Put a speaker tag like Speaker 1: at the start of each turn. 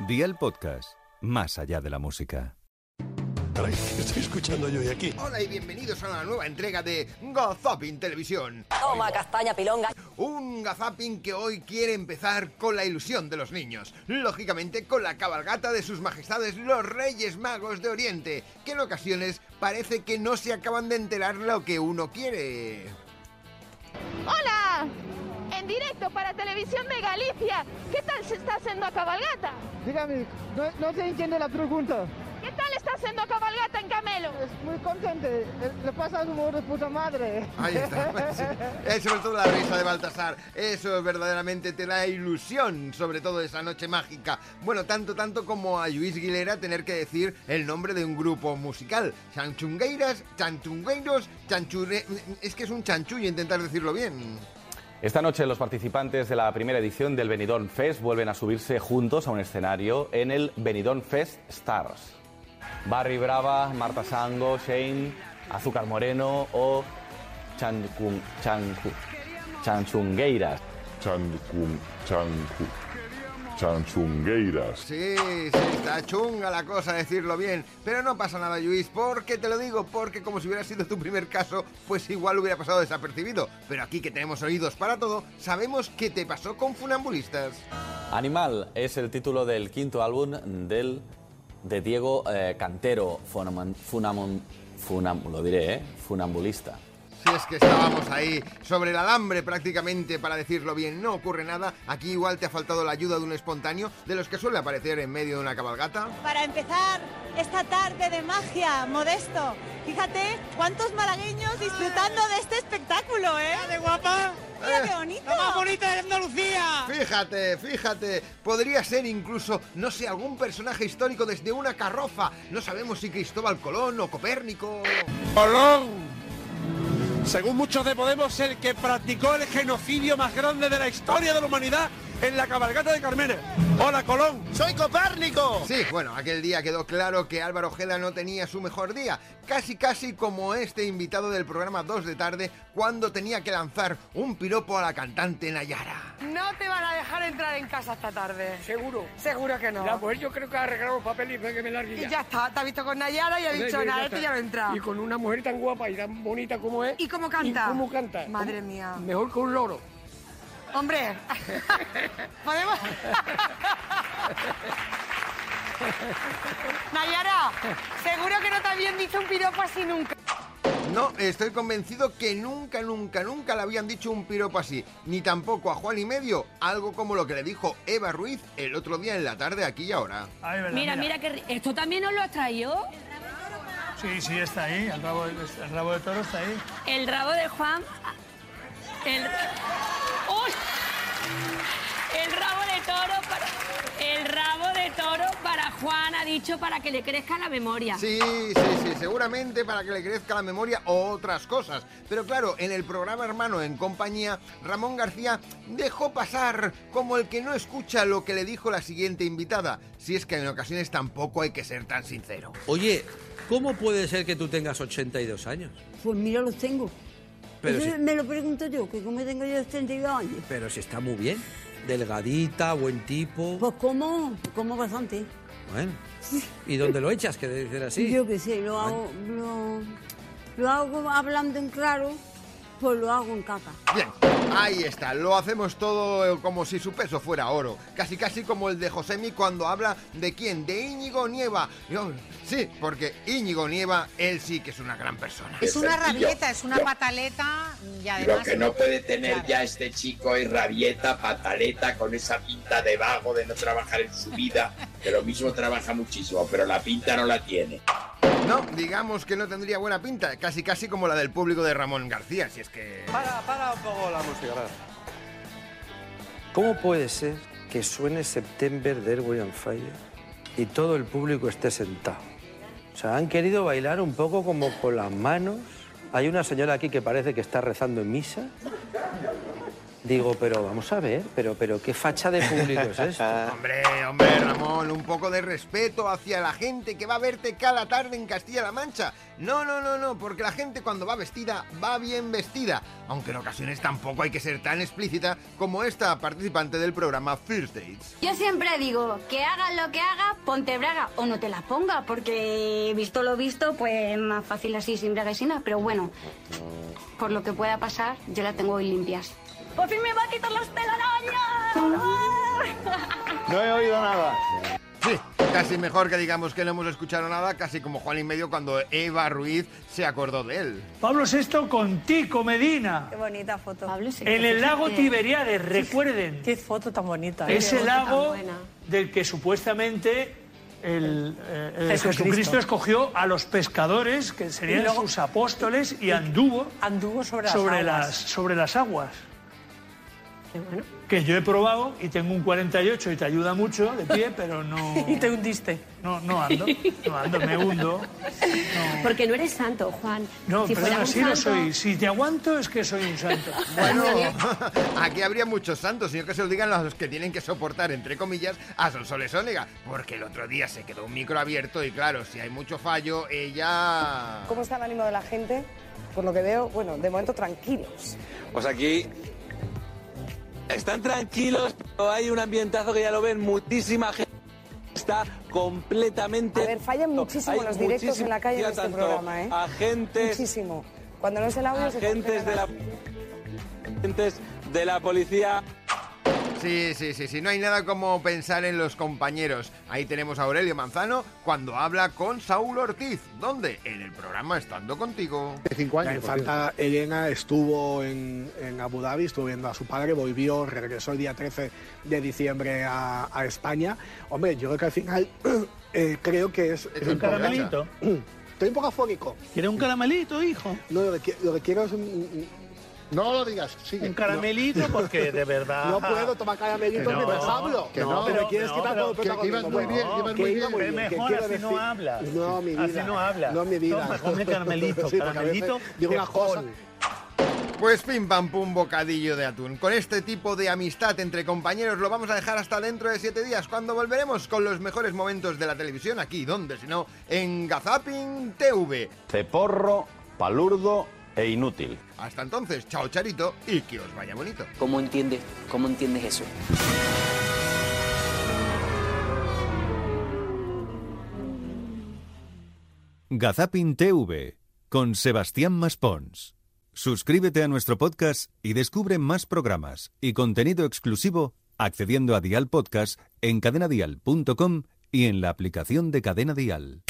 Speaker 1: Día el podcast, más allá de la música.
Speaker 2: Caray, ¿qué estoy escuchando yo de aquí?
Speaker 3: Hola y bienvenidos a una nueva entrega de Gazapin Televisión.
Speaker 4: Toma, castaña, pilonga.
Speaker 3: Un Gazapin que hoy quiere empezar con la ilusión de los niños. Lógicamente con la cabalgata de sus majestades los Reyes Magos de Oriente, que en ocasiones parece que no se acaban de enterar lo que uno quiere.
Speaker 5: ¡Hola! En directo para Televisión de Galicia. ¿Qué tal se está haciendo a cabalgata?
Speaker 6: Dígame, no, no se entiende la pregunta.
Speaker 5: ¿Qué tal está haciendo a cabalgata en Camelo?
Speaker 6: Es muy contente, eh, le pasa un humor de puta madre.
Speaker 3: Ahí está. sí. Eh, sobre todo la risa de Baltasar. Eso verdaderamente te da ilusión, sobre todo esa noche mágica. Bueno, tanto, tanto como a Luis Guilera tener que decir el nombre de un grupo musical. Chanchungueiras, chanchungueiros, chanchure... Es que es un chanchullo intentar decirlo bien.
Speaker 7: Esta noche los participantes de la primera edición del Benidorm Fest vuelven a subirse juntos a un escenario en el Benidorm Fest Stars. Barry Brava, Marta Sango, Shane, Azúcar Moreno o Chancun- Chancu- Chanchungueiras.
Speaker 2: Chancun, chancu, chanchungueiras.
Speaker 3: Sí, sí, está chunga la cosa decirlo bien. Pero no pasa nada, Luis, porque te lo digo, porque como si hubiera sido tu primer caso, pues igual hubiera pasado desapercibido. Pero aquí que tenemos oídos para todo, sabemos que te pasó con funambulistas.
Speaker 7: Animal es el título del quinto álbum del, de Diego eh, Cantero, funaman- funamon- funam- lo diré, ¿eh? funambulista.
Speaker 3: Si es que estábamos ahí, sobre el alambre prácticamente, para decirlo bien, no ocurre nada. Aquí igual te ha faltado la ayuda de un espontáneo, de los que suele aparecer en medio de una cabalgata.
Speaker 8: para empezar esta tarde de magia, Modesto. Fíjate cuántos malagueños disfrutando de este espectáculo, ¿eh? ¡De guapa! ¡Mira qué bonito!
Speaker 3: Fíjate, fíjate, podría ser incluso, no sé, algún personaje histórico desde una carroza. No sabemos si Cristóbal Colón o Copérnico.
Speaker 9: Colón, según muchos de Podemos, el que practicó el genocidio más grande de la historia de la humanidad en la cabalgata de Carmena. Hola, Colón. Soy Copérnico.
Speaker 3: Sí, bueno, aquel día quedó claro que Álvaro Ojeda no tenía su mejor día, casi casi como este invitado del programa 2 de tarde cuando tenía que lanzar un piropo a la cantante Nayara.
Speaker 10: No te van a dejar entrar en casa esta tarde. ¿Seguro? Seguro que no. La mujer yo creo que ha arreglado los papeles para que me largue ya. Y ya está, te ha visto con Nayara y ha dicho, nada, este ya no entra. Y con una mujer tan guapa y tan bonita como es. ¿Y cómo canta? cómo canta? Madre mía. Mejor que un loro. Hombre, podemos... Nayara, seguro que no te habían dicho un piropo así nunca.
Speaker 3: No, estoy convencido que nunca, nunca, nunca le habían dicho un piropo así, ni tampoco a Juan y medio, algo como lo que le dijo Eva Ruiz el otro día en la tarde aquí y ahora.
Speaker 10: Mira, mira, que esto también nos lo has traído.
Speaker 9: Sí, sí, está ahí. El rabo, el rabo de toro está ahí.
Speaker 10: El rabo de Juan. El. ¡Uy! El rabo de toro para. El rabo de toro para Juan ha dicho para que le crezca la memoria.
Speaker 3: Sí, sí, sí, seguramente para que le crezca la memoria o otras cosas. Pero claro, en el programa Hermano en Compañía, Ramón García dejó pasar como el que no escucha lo que le dijo la siguiente invitada. Si es que en ocasiones tampoco hay que ser tan sincero.
Speaker 9: Oye, ¿cómo puede ser que tú tengas 82 años?
Speaker 11: Pues mira, los tengo.
Speaker 9: Pero
Speaker 11: Eso
Speaker 9: sí.
Speaker 11: me lo pregunto yo, que como tengo yo 32 años.
Speaker 9: Pero si está muy bien. Delgadita, buen tipo.
Speaker 11: Pues como, como bastante.
Speaker 9: Bueno. ¿Y dónde lo echas? Que debe ser así.
Speaker 11: Yo qué sé, lo hago, lo, lo hago hablando en claro, pues lo hago en caca.
Speaker 3: Bien, ahí está, lo hacemos todo eh, como si su peso fuera oro. Casi casi como el de Josemi cuando habla de quién, de Íñigo Nieva. Yo- sí, porque Íñigo Nieva, él sí que es una gran persona.
Speaker 8: Es una rabieta, es una pataleta y además...
Speaker 12: Lo que no puede tener ya este chico es rabieta, pataleta, con esa pinta de vago, de no trabajar en su vida, que lo mismo trabaja muchísimo, pero la pinta no la tiene.
Speaker 3: No, digamos que no tendría buena pinta, casi casi como la del público de Ramón García, si es que...
Speaker 9: Para, para un poco la música. ¿Cómo puede ser que suene September de Airway on Fire y todo el público esté sentado? O sea, han querido bailar un poco como con las manos. Hay una señora aquí que parece que está rezando en misa.
Speaker 13: Digo, pero vamos a ver, pero, pero qué facha de público es esto.
Speaker 3: Hombre, hombre, Ramón, un poco de respeto hacia la gente que va a verte cada tarde en Castilla-La Mancha. No, no, no, no, porque la gente cuando va vestida, va bien vestida. Aunque en ocasiones tampoco hay que ser tan explícita como esta participante del programa First Dates.
Speaker 8: Yo siempre digo que hagas lo que hagas, ponte braga o no te las ponga, porque visto lo visto, pues más fácil así sin braga y sin nada. Pero bueno, por lo que pueda pasar, yo la tengo hoy limpias.
Speaker 14: ¡Por fin me va a quitar las telarañas!
Speaker 3: No he oído nada. Sí, casi mejor que digamos que no hemos escuchado nada, casi como Juan y medio cuando Eva Ruiz se acordó de él.
Speaker 15: Pablo VI con Tico Medina.
Speaker 5: Qué bonita foto.
Speaker 15: En el lago Tiberiades, recuerden.
Speaker 5: Qué foto tan bonita.
Speaker 15: Ese lago del que supuestamente el, eh, el
Speaker 5: Jesucristo.
Speaker 15: Jesucristo. escogió a los pescadores, que serían
Speaker 5: Y luego-
Speaker 15: sus apóstoles, y anduvo,
Speaker 5: sobre las aguas.
Speaker 15: las, sobre las aguas. Que yo he probado y tengo un 48 y te ayuda mucho de pie, pero no...
Speaker 16: Y
Speaker 15: te hundiste. No, no ando, no ando, me hundo.
Speaker 16: Porque no eres santo, Juan.
Speaker 15: No,
Speaker 16: si fuera
Speaker 15: perdona,
Speaker 16: un
Speaker 15: sí lo
Speaker 16: santo-
Speaker 15: soy. Si te aguanto es que soy un santo.
Speaker 3: Bueno, aquí habría muchos santos, sino que se lo digan los que tienen que soportar, entre comillas, a Sonsoles Onega, porque el otro día se quedó un micro abierto y claro, si hay mucho fallo, ella...
Speaker 17: ¿Cómo está el ánimo de la gente? Por lo que veo, bueno, de momento tranquilos.
Speaker 9: Pues aquí están tranquilos, pero hay un ambientazo que ya lo ven, muchísima gente está completamente...
Speaker 17: A ver, fallan muchísimo los directos en la calle en este programa, ¿eh?
Speaker 9: Agentes,
Speaker 17: Muchísimo. Cuando no es el audio se
Speaker 9: agentes de la... agentes de la policía...
Speaker 3: Sí, sí, sí, sí, no hay nada como pensar en los compañeros. Ahí tenemos a Aurelio Manzano cuando habla con Saúl Ortiz. ¿Dónde? En el programa Estando Contigo.
Speaker 2: cinco años. La infanta Elena estuvo en, en Abu Dhabi, estuvo viendo a su padre, volvió, regresó el día 13 de diciembre a, a España. Hombre, yo creo que al final eh, creo que es...
Speaker 15: ¿Es un caramelito?
Speaker 2: Estoy un poco afónico.
Speaker 15: ¿Quieres un caramelito, hijo?
Speaker 2: No, lo que, qui- lo que quiero es un- un... No lo digas, sigue.
Speaker 15: Un caramelito,
Speaker 2: No.
Speaker 15: porque de verdad-
Speaker 2: No puedo tomar caramelitos
Speaker 15: Que no,
Speaker 2: mientras hablo.
Speaker 15: que no,
Speaker 2: pero quieres
Speaker 15: no,
Speaker 2: quitar
Speaker 15: pero
Speaker 2: todo el
Speaker 15: que- que ibas
Speaker 2: protagonismo.
Speaker 15: muy bien,
Speaker 2: Bueno,
Speaker 15: ibas
Speaker 2: que
Speaker 15: muy
Speaker 2: iba
Speaker 15: bien. Es
Speaker 2: que
Speaker 15: mejor,
Speaker 2: quiero
Speaker 15: así no
Speaker 2: decir-
Speaker 15: hablas.
Speaker 2: No, mi vida.
Speaker 15: Así no hablas.
Speaker 2: No, mi vida.
Speaker 15: Toma, come caramelito,
Speaker 2: Sí, porque a veces
Speaker 15: caramelito
Speaker 2: Digo
Speaker 15: de
Speaker 2: una cosa.
Speaker 15: col.
Speaker 3: Pues pim pam pum bocadillo de atún. Con este tipo de amistad entre compañeros lo vamos a dejar hasta dentro de siete días, cuando volveremos con los mejores momentos de la televisión aquí, donde si no, en Gazapin TV.
Speaker 7: Ceporro, palurdo e inútil.
Speaker 3: Hasta entonces, chao Charito y que os vaya bonito.
Speaker 13: ¿Cómo entiendes, cómo entiendes eso?
Speaker 1: Gazapin TV con Sebastián Maspons. Suscríbete a nuestro podcast y descubre más programas y contenido exclusivo accediendo a Dial Podcast en cadenadial.com y en la aplicación de Cadena Dial.